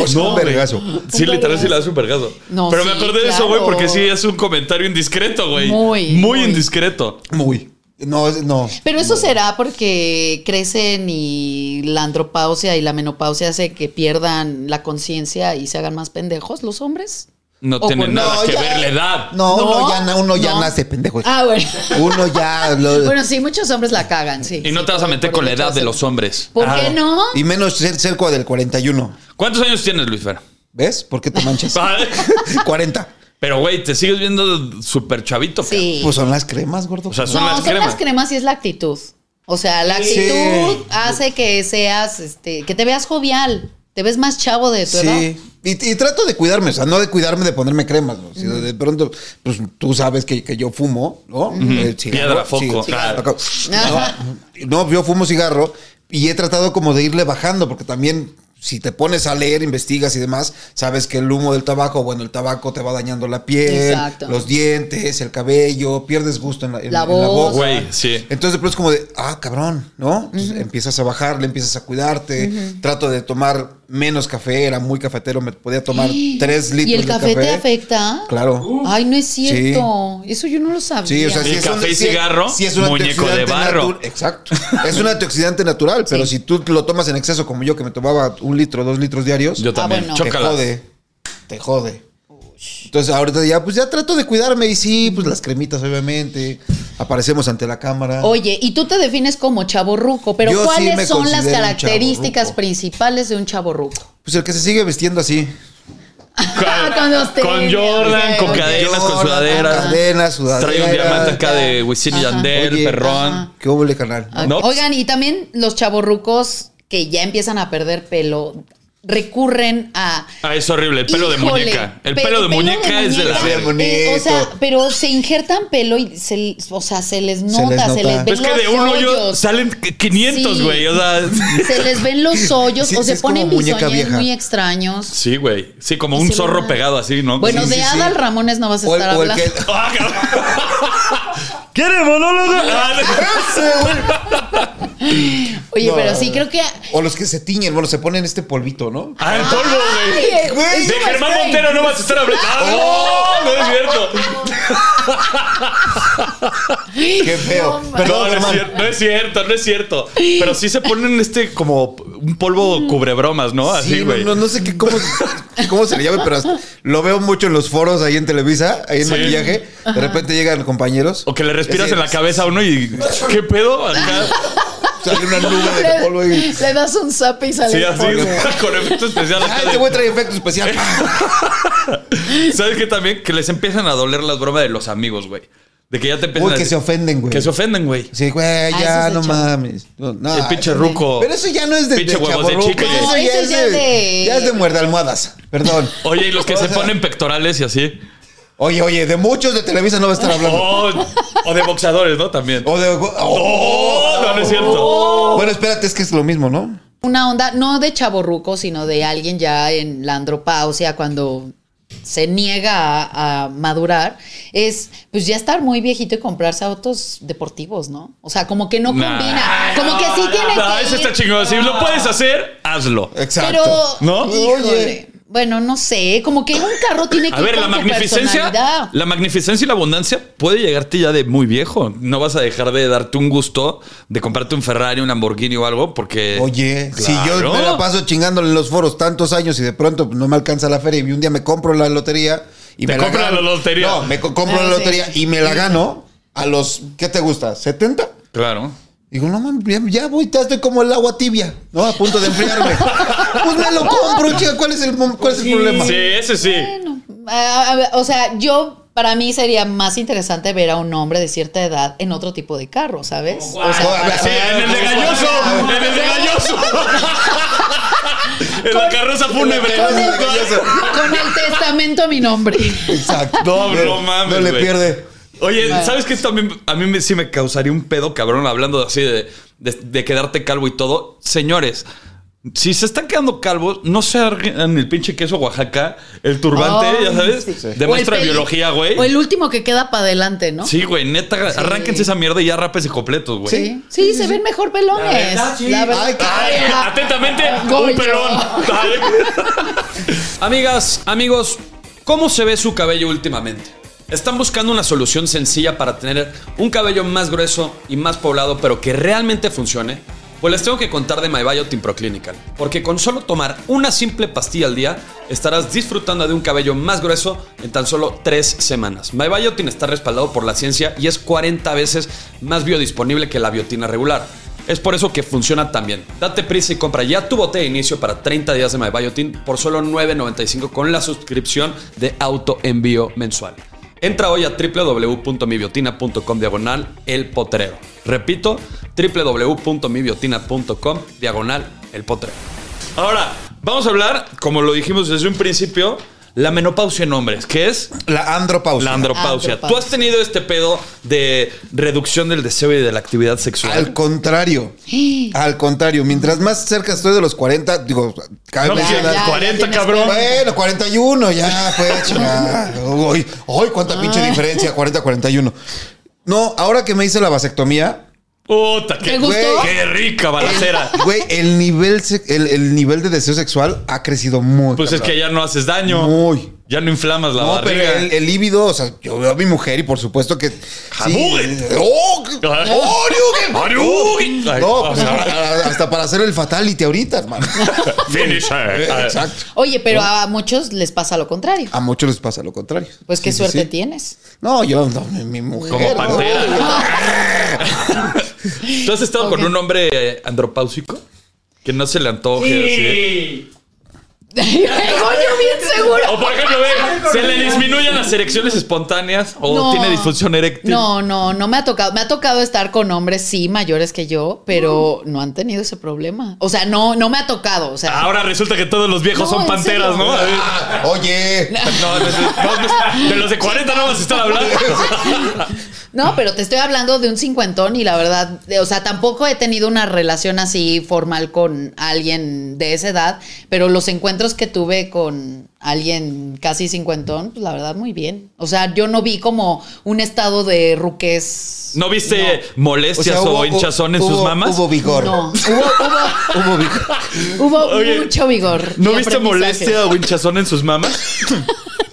O sea, No, un güey. vergazo. Sí, literal, sí la da súper gaso. No, Pero me sí, acordé de eso, güey, claro. porque sí es un comentario indiscreto, güey. Muy, Muy muy. indiscreto. Muy. No, es- no. Pero eso será porque crecen y la andropausia y la menopausia hace que pierdan la conciencia y se hagan más pendejos los hombres. No O tiene tiene por- nada No, que ya- ver la edad. No, uno No, ya, na- uno ya no. nace pendejo. Ah, bueno. Uno ya. lo- Bueno, sí, muchos hombres la cagan, sí. Y no sí, te vas a por- meter por con la el hecho edad de ser- los hombres. ¿Por Ah. qué no? Y menos cer- cerca del 41. ¿Cuántos años tienes, Luis Fer? ¿Ves? ¿Por qué te manchas? Ah. 40. Pero, güey, te sigues viendo súper chavito. Sí. Pues son las cremas, gordo. O sea, son no, las son cremas. las cremas y es la actitud. O sea, la actitud hace que seas, este, que te veas jovial. Te ves más chavo de tu edad. sí. Y, y trato de cuidarme, o sea, no de cuidarme de ponerme cremas, ¿no? Si de pronto, pues tú sabes que, que yo fumo, ¿no? Eh, Piedra, foco, cigarro, claro. No, no, yo fumo cigarro y he tratado como de irle bajando, porque también si te pones a leer, investigas y demás, sabes que el humo del tabaco, bueno, el tabaco te va dañando la piel, Exacto. los dientes, el cabello, pierdes gusto en la, en- La en la voz. boca. Güey, sí. Entonces, pero es como de, ah, cabrón, ¿no? Entonces, Empiezas a bajarle, empiezas a cuidarte. Trato de tomar menos café, era muy cafetero, me podía tomar tres litros ¿Y el de café, te afecta? Claro. Ay, no es cierto. Eso yo no lo sabía. Sí, o sea, si El es café un- y si es- cigarro, si es un muñeco de antioxidante barro. natu- Exacto. Es un antioxidante natural, pero si tú lo tomas en exceso, como yo, que me tomaba un litro, dos litros diarios, Yo también. bueno. te Chócalas. jode. Te jode. Entonces ahorita ya, pues ya trato de cuidarme y sí, pues las cremitas obviamente. aparecemos ante la cámara. Oye, y tú te defines como chaborruco, pero Yo sí me ¿cuáles son las considero un características chavorruco. principales de un chaborruco? Pues el que se sigue vistiendo así. Ah, Con los tenis, Jordan, ok, con ok. cadenas, con Jordan, sudaderas. con cadenas, sudaderas. Trae un diamante acá de Wisin y Yandel, Oye, perrón. ajá. ¿Qué hubo, canal? Ok. No. Oigan, y también los chaborrucos que ya empiezan a perder pelo recurren a Ah, es horrible. El pelo de Híjole, muñeca. El pe- pelo de muñeca es de la muñeca, verga. verga. eh, O sea, pero se injertan pelo y se, o sea, se les nota, se les, nota. ven Es que los de un hoyo hoyos. salen 500, Sí. güey. O sea. Se les ven los hoyos Sí, o sí, se es como ponen muñeca bisoñes vieja. muy extraños. Sí, güey. Sí, como Y un se lo zorro van. pegado así, ¿no? Bueno, Sí, de sí, sí. Adal Ramones no vas a O el, estar o el hablando. que. Ah, cabrón. ¿Quiere monólogo? Ah, Oye, No. pero sí, creo que. O los que se tiñen, bueno, se ponen este polvito, ¿no? Ah, el polvo, güey. güey, De Germán Montero no vas a estar hablando. Ah, no, no es cierto. Qué feo. No, No, Perdón, no es hermano. cierto, no es cierto, no es cierto. Pero sí se ponen este como un polvo cubrebromas, ¿no? Sí, Así, no- güey. no, no sé qué, cómo, cómo se le llame, pero hasta- lo veo mucho en los foros ahí en Televisa, ahí en Sí. maquillaje. De repente llegan compañeros. O que le respiras Así, en la cabeza a uno y. ¿Qué pedo? Acá. Sale una nube de polvo Le, y. le das un zape y sale. Sí, el así. polvo. Con efecto especial. Ah, acá este de- güey trae efecto especial. ¿Sabes qué también? Que les empiezan a doler las bromas de los amigos, güey. De que ya te empiezan Uy, a que se decir- ofenden, güey. Que se ofenden, güey. Sí, güey, Ah, ya ese es no el chavo. mames. No, no, El pinche ruco. Pero eso ya no es de, Pinche de huevos de chavorruco, chicle. No, Eso ya Ah, eso es ya de, de- ya es de muerde almohadas. Perdón. Oye, y los que O se sea, ponen pectorales y así. Oye, oye, de muchos de Televisa no va a estar hablando. O, o de boxeadores, ¿no? También. O de. Oh, oh. no, no es cierto. Bueno, espérate, es que es lo mismo, ¿no? Una onda, no de chaborruco, sino de alguien ya en la andropausia, cuando se niega a, a madurar, es pues ya estar muy viejito y comprarse autos deportivos, ¿no? O sea, como que no Nah. combina. Como que sí No, tiene no, que Eso ir- está chingón. Si lo puedes hacer, hazlo. Exacto. Pero, ¿No? híjole, Oye. bueno, no sé, como que un carro tiene que A ver, ir la con su magnificencia, personalidad. la magnificencia y la abundancia puede llegarte ya de muy viejo. No vas a dejar de darte un gusto de comprarte un Ferrari, un Lamborghini o algo, porque. Oye, si yo Eh, Claro. me la paso chingándole en los foros tantos años y de pronto pues, no me alcanza la feria y un día me compro la lotería y Te me la compras la gano. lotería. No, me co- compro Ah, la sí. lotería y me la gano a los, ¿qué te gusta? ¿70? Claro. Digo, no mames, ya, ya voy, ya estoy como el agua tibia, ¿no? A punto de enfriarme. pues me lo compro, chica, ¿cuál es el, mom- cuál es el problema? Sí, ese sí. Bueno, a- a- o sea, yo para mí sería más interesante ver a un hombre de cierta edad en otro tipo de carro, ¿sabes? Oh, O sea, Ah, Sí, en el de Galloso. En el de Galloso. En la carroza fúnebre. con el, Galloso. con el testamento a mi nombre. Exacto. No, Pero no mames, No le güey. pierde. Oye, ¿sabes qué? También a mí me- sí me causaría un pedo, cabrón, hablando de así de, de- de quedarte calvo y todo. Señores, si se están quedando calvos, no se en el pinche queso Oaxaca, el turbante, Ay, ya sabes, sí. de O el maestra de peli- biología, güey. Pues, O el último que queda para adelante, ¿no? Sí, güey, neta, arránquense esa mierda y ya rápense completos, güey. Sí, sí, se ven mejor La pelones. verdad, sí. La verdad. Ay, qué- Ay, atentamente, Goyo. un pelón. Ay. Amigas, amigos, ¿cómo se ve su cabello últimamente? ¿Están buscando una solución sencilla para tener un cabello más grueso y más poblado, pero que realmente funcione? Pues les tengo que contar de My Biotin Pro Clinical, porque con solo tomar una simple pastilla al día estarás disfrutando de un cabello más grueso en tan solo tres semanas. My Biotin está respaldado por la ciencia y es 40 veces más biodisponible que la biotina regular. Es por eso que funciona tan bien. Date prisa y compra ya tu bote de inicio para 30 días de MyBiotin por solo $9.95 con la suscripción de autoenvío mensual. Entra hoy a www.mibiotina.com diagonal el potrero. Repito, www.mibiotina.com diagonal el potrero. Ahora, vamos a hablar, como lo dijimos desde un principio, la menopausia en hombres, que es La andropausia. la andropausia. Andropausia. ¿Tú has tenido este pedo de reducción del deseo y de la actividad sexual? Al contrario. Al contrario. Mientras más cerca estoy de los 40, digo, cabe No, Ya, mencionar. ya, 40, ya tienes cabrón. pelo. Bueno, 41, ya fue chingada. Uy, uy, cuánta pinche diferencia, 40-41. No, ahora que me hice la vasectomía, Puta, qué, ¿Te gustó? güey, qué rica balacera. güey, el nivel, se- el, el nivel de deseo sexual ha crecido muy. Pues es cabrón. que ya no haces daño. Muy. Ya no inflamas la No, pero barriga. el, el líbido, o sea, yo veo a mi mujer y por supuesto que. Jabugue. ¡Oh! ¡Oh, Ryugen! ¡Ariugi! Ay, No, o pues, sea, a- a- hasta para hacer el fatality ahorita, hermano. Eh, Finish her. Exacto. Oye, pero a muchos les pasa lo contrario. Ah, A muchos les pasa lo contrario. Pues qué Sí, sí, suerte sí. tienes. No, yo, no, mi, mi mujer. Como no. pantera. ¿Tú has estado Ok. con un hombre eh, andropáusico? Que no se le antoje. así. Coño, bien seguro. O por ejemplo, ve, se le disminuyen las erecciones espontáneas o No. tiene disfunción eréctil. No, no, no me ha tocado. Me ha tocado estar con hombres, sí, mayores que yo, pero no han tenido ese problema. O sea, no, no me ha tocado. O sea, Ahora resulta que todos los viejos No, son en panteras, serio. ¿no? A ver. Ah. Oye. No, no, no, no, de los de 40 no vas a estar hablando. no, pero te estoy hablando de un cincuentón y la verdad, de- o sea, tampoco he tenido una relación así formal con alguien de esa edad, pero los encuentros que tuve con alguien casi cincuentón, pues la verdad, muy bien. O sea, yo no vi como un estado de ruquez. ¿No viste O molestias sea, o, hubo- hinchazón en sus hubo- mamas? Hubo vigor. No. Hubo vigor. Hubo Oye, mucho vigor. ¿No y viste aprendizaje. molestia o hinchazón en sus mamas?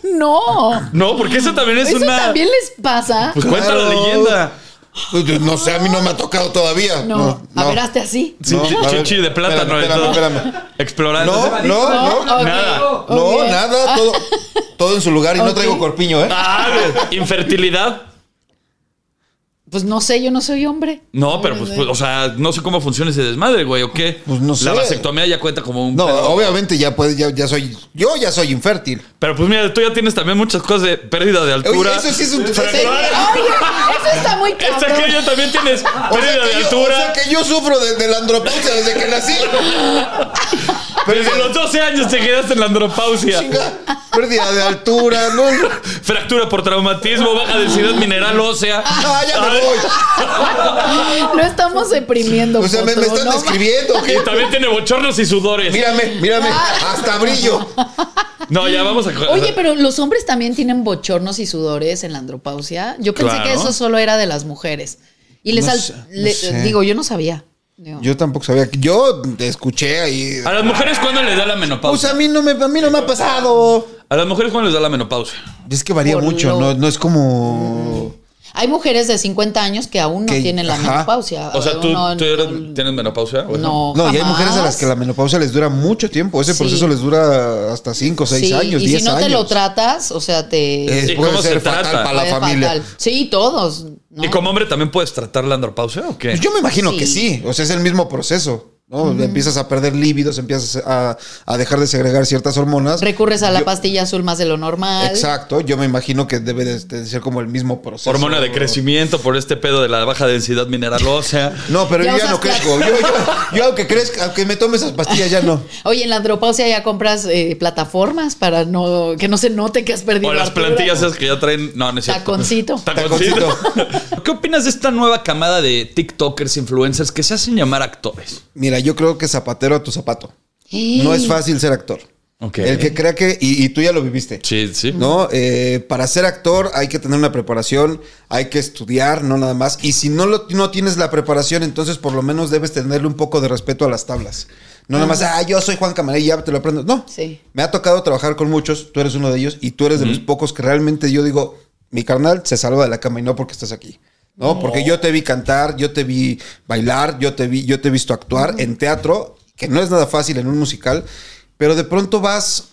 No. No, porque eso también es Eso una. también les pasa. Pues cuenta la Claro. leyenda. Pues, No sé, a mí no me ha tocado todavía. no. No, A no. ver, hazte así. Sí, No, a ver, chichi de plátano. espérame, y todo. espérame, espérame. Explorando. No, no, no. Ok. Nada. No, Ok. Ah, nada, todo, todo en su lugar y no Ok. traigo corpiño, ¿eh? Ah, infertilidad. Pues no sé, yo no soy hombre. No, pero pues, pues, o sea, no sé cómo funciona ese desmadre, güey, ¿o qué? Pues no sé. La vasectomía ya cuenta como un. No, pedo. obviamente ya puede, ya, ya soy, yo ya soy infértil. Pero pues mira, tú ya tienes también muchas cosas de pérdida de altura. Oye, eso sí es un Pero- Sí, oye, eso está muy Esta cabrón. que ya también tienes pérdida Ah, O sea que de yo- altura. o sea que yo sufro de, de la andropausia desde que nací. Desde los 12 años te quedaste en la andropausia. Chinga, Pérdida de altura, no. no. Fractura por traumatismo, baja densidad mineral ósea. Ah, ya me voy. Lo estamos deprimiendo. O sea, me, me Potro, están ¿no? describiendo. ¿qué? Y también tiene bochornos y sudores. Mírame, mírame, Ah. hasta brillo. No, ya vamos a. Oye, pero los hombres también tienen bochornos y sudores en la andropausia. Yo pensé Claro. que eso solo era de las mujeres. Y les No al- sé, no le- sé. digo, yo no sabía. Digo, Yo tampoco sabía. que- Yo escuché ahí. ¿A las mujeres cuándo les da la Pues menopausia? a mí no me, a mí no me ha pasado. A las mujeres cuándo les da la menopausia. Es que varía Por mucho, lo- no, no es como. Hay mujeres de 50 años que aún no Que- tienen la ajá. menopausia. O sea, tú, Uno- tú eres- tienes menopausia. güey? No, No, y hay mujeres a las jamás. que la menopausia les dura mucho tiempo. Ese Sí. proceso les dura hasta 5, 6 Sí, años, 10 años. y si no te lo tratas, o sea, te Eh, ¿Y puede cómo se ser trata? fatal para la puede familia. fatal. Sí, todos. ¿no? ¿Y como hombre también puedes tratar la andropausia o qué? Pues yo me imagino Sí. que sí. O sea, es el mismo proceso. ¿no? Empiezas a perder líbidos, empiezas a, a dejar de segregar ciertas hormonas. Recurres a la Yo- pastilla azul más de lo normal. Exacto. Yo me imagino que debe de, de ser como el mismo proceso. Hormona de crecimiento por este pedo de la baja densidad mineral ósea. No, pero Ya yo ya usas no crezco. Yo, yo- yo aunque crezca, aunque me tome esas pastillas, ya no. Oye, en la andropausia ya compras eh, plataformas para no que no se note que has perdido. O las altura. plantillas esas que ya traen. No, no es cierto. Taconcito. Taconcito. ¿Qué opinas de esta nueva camada de TikTokers, influencers que se hacen llamar actores? Mira, yo creo que zapatero a tu zapato. ¡Eh! No es fácil ser actor. Ok. El que crea que. Y, y tú ya lo viviste. Sí, sí. ¿No? Eh, para ser actor hay que tener una preparación, hay que estudiar, no nada más. Y si no, lo, no tienes la preparación, entonces por lo menos debes tenerle un poco de respeto a las tablas. No nada más, ah, yo soy Juan Camaré y ya te lo aprendo. No. Sí. Me ha tocado trabajar con muchos, tú eres uno de ellos y tú eres de los pocos que realmente yo digo, mi carnal se salva de la cama y no porque estás aquí. No, porque yo te vi cantar, yo te vi bailar, yo te vi, yo te he visto actuar en teatro, que no es nada fácil en un musical, pero de pronto vas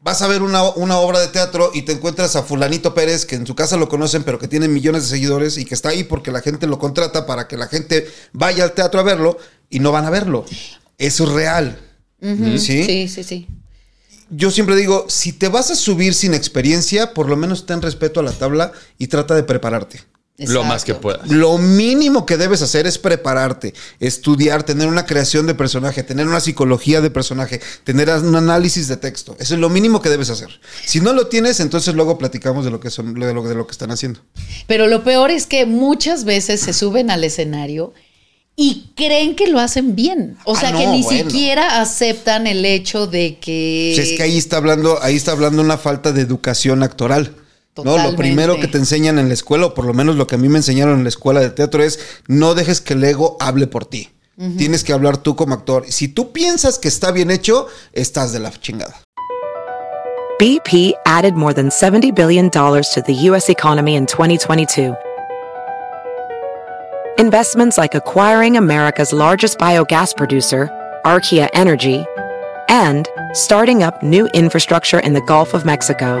vas a ver una, una obra de teatro y te encuentras a fulanito Pérez, que en su casa lo conocen, pero que tiene millones de seguidores y que está ahí porque la gente lo contrata para que la gente vaya al teatro a verlo y no van a verlo. Eso es real. Ujú. ¿Sí? sí, sí, sí. Yo siempre digo, si te vas a subir sin experiencia, por lo menos ten respeto a la tabla y trata de prepararte. Lo más que Exacto. puedas. Lo mínimo que debes hacer es prepararte, estudiar, tener una creación de personaje, tener una psicología de personaje, tener un análisis de texto. Eso es lo mínimo que debes hacer. Si no lo tienes, entonces luego platicamos de lo que son, de lo, de lo que están haciendo. Pero lo peor es que muchas veces se suben al escenario y creen que lo hacen bien. O Ah, sea, no, que ni bueno. siquiera aceptan el hecho de que. Si es que ahí está hablando, ahí está hablando una falta de educación actoral. No, lo Totalmente. primero que te enseñan en la escuela, o por lo menos lo que a mí me enseñaron en la escuela de teatro, es no dejes que el ego hable por ti. Tienes que hablar tú como actor. Si tú piensas que está bien hecho, estás de la chingada. BP added more than $70 billion to the U.S. economy in 2022. Investments like acquiring America's largest biogas producer, Archaea Energy, and starting up new infrastructure in the Gulf of Mexico.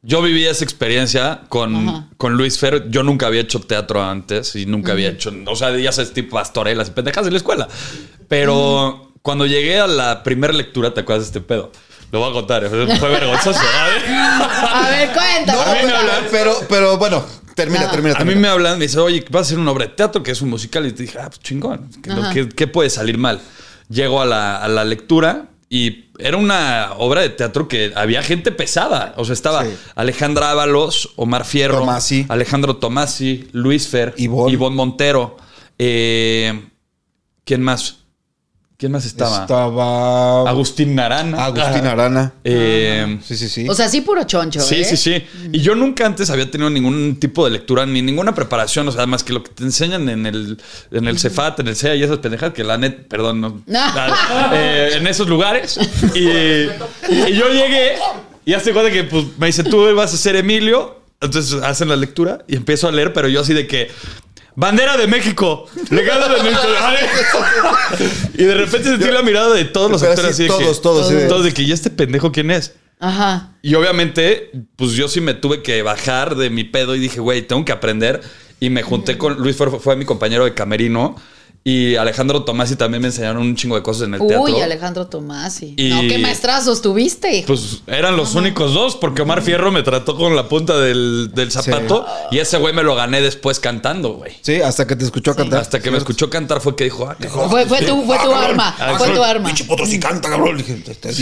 Yo viví esa experiencia con, con Luis Fer. Yo nunca había hecho teatro antes y nunca había hecho, o sea, ya sabes, tipo pastorelas y pendejas de la escuela. Pero cuando llegué a la primera lectura, ¿te acuerdas de este pedo? Lo voy a contar, fue fue vergonzoso. ¿eh? A ver, cuéntame. A mí me pero, hablan. pero, pero bueno, termina, No. termina. A mí termina. me hablan, me dicen, oye, vas a hacer una obra de teatro que es un musical. Y te dije, ah, pues chingón, ¿qué, Ajá. qué- qué puede salir mal? Llego a la, a la lectura y era una obra de teatro que había gente pesada. O sea, estaba Sí. Alejandra Ábalos, Omar Fierro, Tomasi. Alejandro Tomasi, Luis Fer, Ivonne. Montero. eh, ¿Quién más? ¿Quién más estaba? Estaba Agustín Narana. Agustín Ajá. Arana. Eh, Sí, sí, sí. O sea, sí puro choncho, Sí, ¿eh? sí, sí. Y yo nunca antes había tenido ningún tipo de lectura ni ninguna preparación. O sea, más que lo que te enseñan en el, en el Cefat, en el CEA y esas pendejas que la net, perdón, no. No. Ah, eh, en esos lugares. Y, y yo llegué y hace cuenta que pues, me dice, tú vas a ser Emilio. Entonces hacen la lectura y empiezo a leer, pero yo así de que. Bandera de México, legado de México. y de repente sentí la mirada de todos los Pero actores. así, así de que- todos, todos, sí, de- Todos de que, ¿y este pendejo quién es? Ajá. Y obviamente, pues yo sí me tuve que bajar de mi pedo y dije, güey, tengo que aprender. Y me junté con Luis, fue, fue mi compañero de camerino. Y Alejandro Tomás y también me enseñaron un chingo de cosas en el teatro. Uy, Alejandro Tomasi. Y- No, qué maestrazos tuviste, hijo. Pues eran los únicos dos, porque Omar Fierro me trató con la punta del, del zapato. Y ese güey me lo gané después cantando, güey. Sí, hasta que te escuchó cantar. Hasta que me escuchó cantar fue que dijo, ah, cabrón. Fue, fue tu, fue tu arma, fue tu arma. sí canta, cabrón. Pero Pero es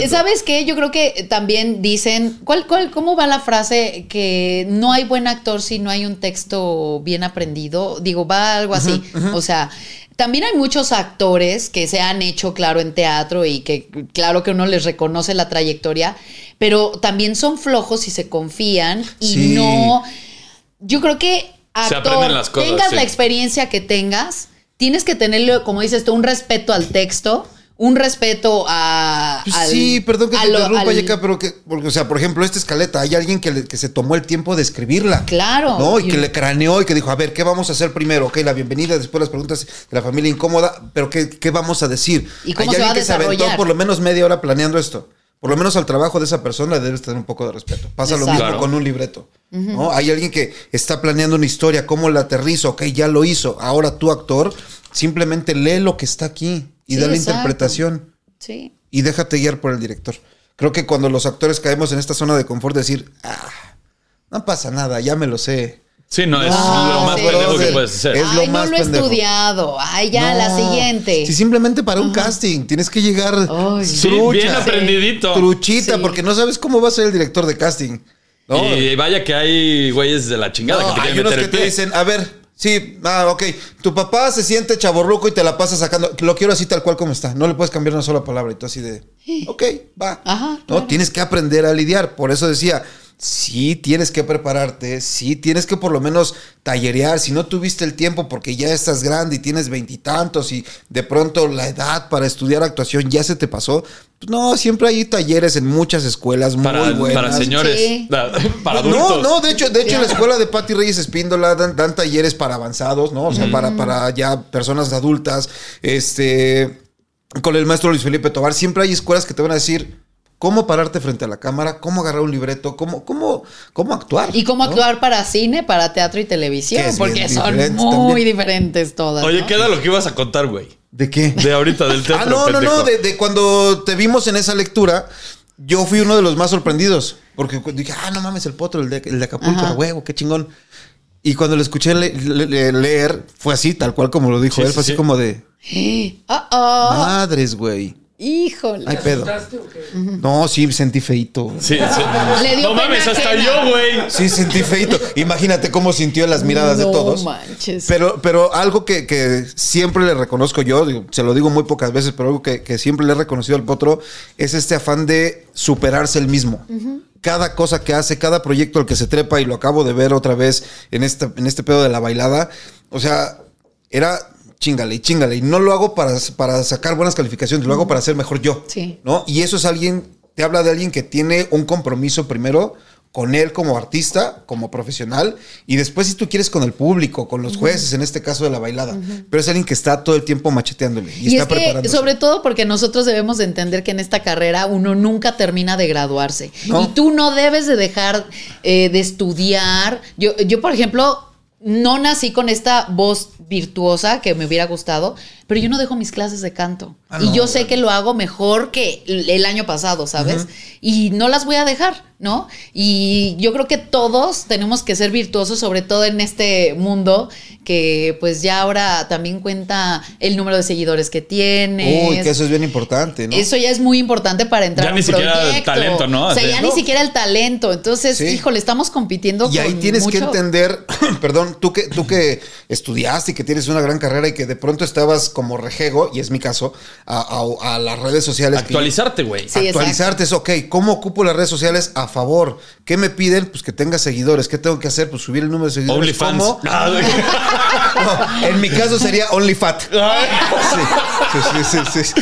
que, ¿sabes qué? Yo creo que también dicen, ¿cuál, cuál, ¿cómo va la frase que no hay buen actor si no hay un texto bien aprendido? Digo, va algo así. O sea, también hay muchos actores que se han hecho, claro, en teatro y que claro que uno les reconoce la trayectoria, pero también son flojos y se confían y Sí. no... Yo creo que Se actor, aprenden las cosas, tengas sí. la experiencia que tengas, tienes que tenerle, como dices tú, un respeto al texto, un respeto a. Pues al- sí, perdón que te a lo- interrumpa, al- Yeka, pero que, porque, o sea, por ejemplo, esta escaleta, hay alguien que, le- que se tomó el tiempo de escribirla. Claro. ¿No? Y Y- que le craneó y que dijo, a ver, ¿qué vamos a hacer primero? Ok, la bienvenida, después las preguntas de la familia incómoda, pero ¿qué, qué vamos a decir? ¿Y cómo hay se va alguien a que se aventó desarrollar? por lo menos media hora planeando esto. Por lo menos al trabajo de esa persona debes tener un poco de respeto. Pasa lo Exacto. mismo Claro. con un libreto. ¿no? Hay alguien que está planeando una historia, cómo la aterrizo, ok, ya lo hizo. Ahora tú, actor, simplemente lee lo que está aquí y Sí, da la exacto. interpretación Sí. y déjate guiar por el director. Creo que cuando los actores caemos en esta zona de confort, decir, ah, no pasa nada, ya me lo sé. Sí, no, es Ah, lo más sí. pendejo que brother. puedes hacer. Es lo Ay, más no lo he pendejo. estudiado. Ay, ya, No. la siguiente. Si simplemente para un casting tienes que llegar Ay. Sí, bien trucha, aprendidito. truchita, Sí. porque no sabes cómo va a ser el director de casting. ¿no? Y vaya que hay güeyes de la chingada No, que te hay quieren unos meter el que te pie. dicen, a ver, sí, ah, ok, tu papá se siente chaborruco y te la pasa sacando, lo quiero así tal cual como está, no le puedes cambiar una sola palabra y tú así de, ok, va. Ajá, no, claro. tienes que aprender a lidiar, por eso decía, sí tienes que prepararte, sí tienes que por lo menos tallerear, si no tuviste el tiempo porque ya estás grande y tienes veintitantos y, de pronto la edad para estudiar actuación ya se te pasó, pues no, siempre hay talleres en muchas escuelas muy Para, buenas. para señores, Sí. la- para No, adultos. No, no, de hecho, de hecho, en la escuela de Patty Reyes Espíndola dan, dan talleres para avanzados, ¿no? O sea, Mm. para, para ya personas adultas. Este. Con el maestro Luis Felipe Tobar, siempre hay escuelas que te van a decir cómo pararte frente a la cámara, cómo agarrar un libreto, cómo, cómo, cómo actuar. Y cómo ¿no? actuar para cine, para teatro y televisión, Que es porque bien son diferente muy también. diferentes todas. Oye, ¿no? ¿qué era lo que ibas a contar, güey? ¿De qué? De ahorita, del teatro. Ah, no, no, pendejo. no, de, de cuando te vimos en esa lectura, yo fui uno de los más sorprendidos. Porque cu- dije, ah, no mames, el potro, el de, el de Acapulco, Ajá. a huevo, qué chingón. Y cuando lo escuché le- le- le- leer, fue así, tal cual como lo dijo Sí, él, sí, fue así sí. como de, Oh, oh. madres, güey. Híjole. Hay pedo. No, sí, sentí feito. Sí, sí. Le dio No mames, pena hasta ajena. yo, güey. Sí, sentí feito. Imagínate cómo sintió las miradas No de todos. manches. Pero, pero algo que, que siempre le reconozco yo, digo, se lo digo muy pocas veces, pero algo que, que siempre le he reconocido al potro es este afán de superarse el mismo. Cada cosa que hace, cada proyecto al que se trepa, y lo acabo de ver otra vez en este, en este pedo de la bailada, o sea, era chingale y chingale. Y no lo hago para, para sacar buenas calificaciones, lo hago para ser mejor yo. Sí. ¿no? Y eso es alguien, te habla de alguien que tiene un compromiso primero con él como artista, como profesional, y después si tú quieres con el público, con los jueces, en este caso de la bailada, pero es alguien que está todo el tiempo macheteándole y, Y, está es que, preparándose. sobre todo porque nosotros debemos de entender que en esta carrera uno nunca termina de graduarse. No. Y tú no debes de dejar eh, de estudiar. Yo, yo, por ejemplo, no nací con esta voz virtuosa que me hubiera gustado, pero yo no dejo mis clases de canto. Ah, y no, yo sé que lo hago mejor que el el año pasado, ¿sabes? Y no las voy a dejar, ¿no? Y yo creo que todos tenemos que ser virtuosos, sobre todo en este mundo que pues ya ahora también cuenta el número de seguidores que tienes. Uy, que eso es bien importante, ¿no? Eso ya es muy importante para entrar Ya a ni un siquiera el proyecto. talento, ¿no? O sea, Así, ya ¿no? ni siquiera el talento. Entonces, Sí. híjole, estamos compitiendo Y ahí con tienes que mucho- entender, perdón, tú que, tú que estudiaste y que tienes una gran carrera y que de pronto estabas como rejego, y es mi caso, a, a- a las redes sociales. que- Actualizarte, güey. Sí, exacto. actualizarte es, ok, ¿cómo ocupo las redes sociales a favor? ¿Qué me piden? Pues que tenga seguidores. ¿Qué tengo que hacer? Pues subir el número de seguidores. OnlyFans. ¿Cómo? Ah, güey. No, en mi caso sería OnlyFat. Sí, sí, sí, sí,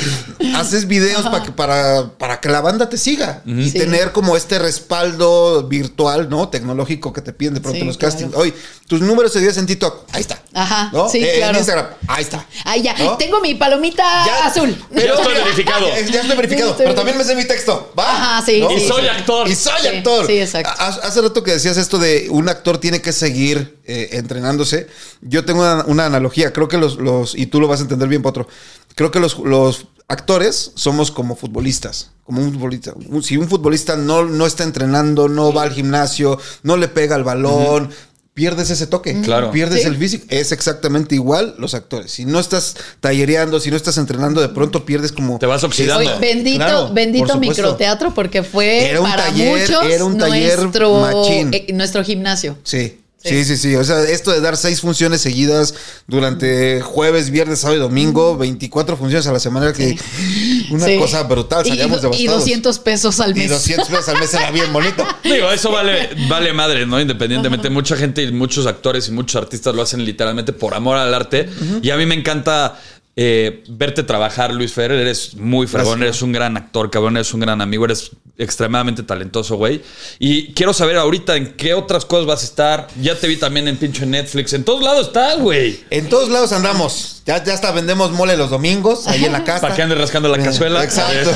sí. Haces videos pa que- para, para que la banda te siga y Sí. tener como este respaldo virtual, ¿no? Tecnológico que te piden de pronto Sí, en los claro. castings. Oye, tus números de seguidores en TikTok, ahí está. Ajá, ¿No? sí, Eh, claro. En Instagram, ahí está. Ay, ya. ¿No? Tengo mi palomita Ya. azul. Pero estoy verificado. Ya, ya estoy verificado, Estoy pero también me sé mi texto. ¿va? Ajá, sí, Y sí, soy sí. actor. Y soy Sí, actor. sí, exacto. Ha- Hace rato que decías esto de un actor tiene que seguir eh, entrenándose. Yo tengo una, una analogía, creo que los, los, y tú lo vas a entender bien, Potro. Creo que los, los actores somos como futbolistas. Como un futbolista. Un- Si un futbolista no, no está entrenando, no va al gimnasio, no le pega al balón. Pierdes ese toque. Claro. Pierdes Sí. el físico. Es exactamente igual los actores. Si no estás tallereando, si no estás entrenando, de pronto pierdes como. Te vas oxidando. Oye, bendito, Claro, por bendito supuesto. microteatro porque fue Era un para taller, muchos era un taller nuestro, machín. eh, nuestro gimnasio. Sí. Sí, sí, sí. O sea, esto de dar seis funciones seguidas durante jueves, viernes, sábado y domingo, 24 funciones a la semana, que una Sí. cosa brutal, Y- salíamos y, y devastados. 200 pesos al mes. Y 200 pesos al mes era bien bonito. Digo, eso vale, vale madre, ¿no? Independientemente, mucha gente y muchos actores y muchos artistas lo hacen literalmente por amor al arte. Y a mí me encanta eh, verte trabajar, Luis Ferrer. Eres muy fregón, eres un gran actor, cabrón, eres un gran amigo, eres extremadamente talentoso, güey. Y quiero saber ahorita en qué otras cosas vas a estar. Ya te vi también en pinche Netflix. En todos lados estás, güey. En todos lados andamos. Ya, ya hasta vendemos mole los domingos, ahí en la casa. Para que andes rascando la cazuela. Eh, Exacto.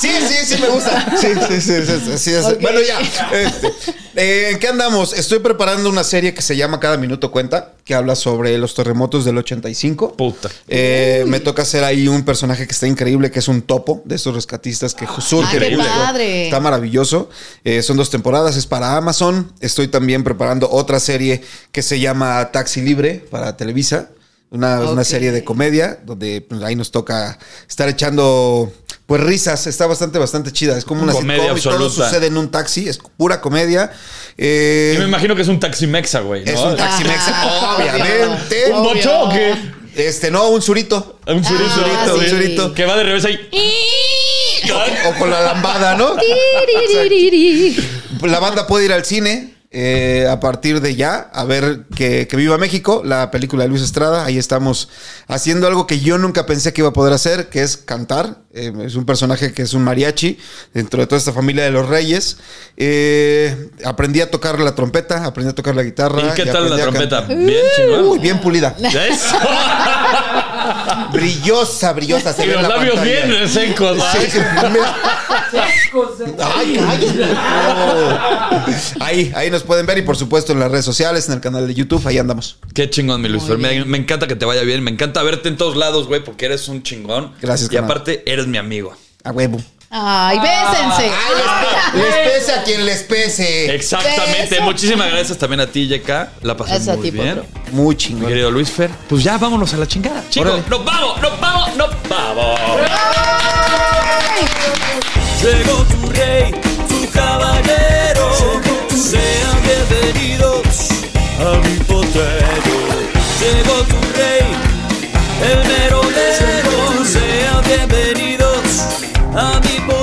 Sí, sí, sí, me gusta. Sí, sí, sí. sí, sí, sí, sí. Ok. Bueno, ya. Este, eh, ¿En qué andamos? Estoy preparando una serie que se llama Cada Minuto Cuenta, que habla sobre los terremotos del 85. Puta. Eh, me toca hacer ahí un personaje que está increíble, que es un topo de estos rescatistas que surgen. Ah, qué padre. Está maravilloso. Eh, son dos temporadas, es para Amazon. Estoy también preparando otra serie que se llama Taxi Libre para Televisa. Una, una Ok. serie de comedia donde pues, ahí nos toca estar echando pues risas. Está bastante, bastante chida. Es como una Comedia sitcom y todo absoluta. sucede en un taxi. Es pura comedia. Eh, Yo me imagino que es un taximexa, güey. ¿no? es un taxi mexa, Ajá, obviamente. obvio. ¿Un bocho o qué? Este, no, un surito. Un churito, Ah, güey. sí. Que va de revés ahí. O con la lambada, ¿no? Tiriririrí. La banda puede ir al cine eh, a partir de ya a ver que, que viva México, la película de Luis Estrada. Ahí estamos haciendo algo que yo nunca pensé que iba a poder hacer, que es cantar. Eh, es un personaje que es un mariachi dentro de toda esta familia de los reyes. Eh, aprendí a tocar la trompeta, aprendí a tocar la guitarra. ¿Y qué tal la aprendí a trompeta? cantar. Uh, Bien, chingón. Uy, bien pulida. Eso. Brillosa, brillosa. Se Y ve en los la labios pantalla. bien ¿eh? secos. Sí, ¿verdad? que- Ay, cállate. No. Ahí, ahí nos pueden ver y por supuesto en las redes sociales, en el canal de YouTube, ahí andamos. Qué chingón, mi Luis. Muy Fer. Me, me encanta que te vaya bien. Me encanta verte en todos lados, güey, porque eres un chingón. Gracias, Y carnal. aparte, eres mi amigo. A huevo. Ay, bésense. Ay, les, pe- les pese a quien les pese. Exactamente. Beso. Muchísimas gracias también a ti, Yeka. La pasé Gracias a muy ti, bien. Potro. Muy Mi chingón. querido Luis Fer. Pues ya vámonos a la chingada. Chicos, Órale. nos vamos, nos vamos, nos vamos. Llegó tu rey, tu caballero. Sean bienvenidos a mi potrero. Llegó tu rey, el merolero. Sean bienvenidos a mi potrero.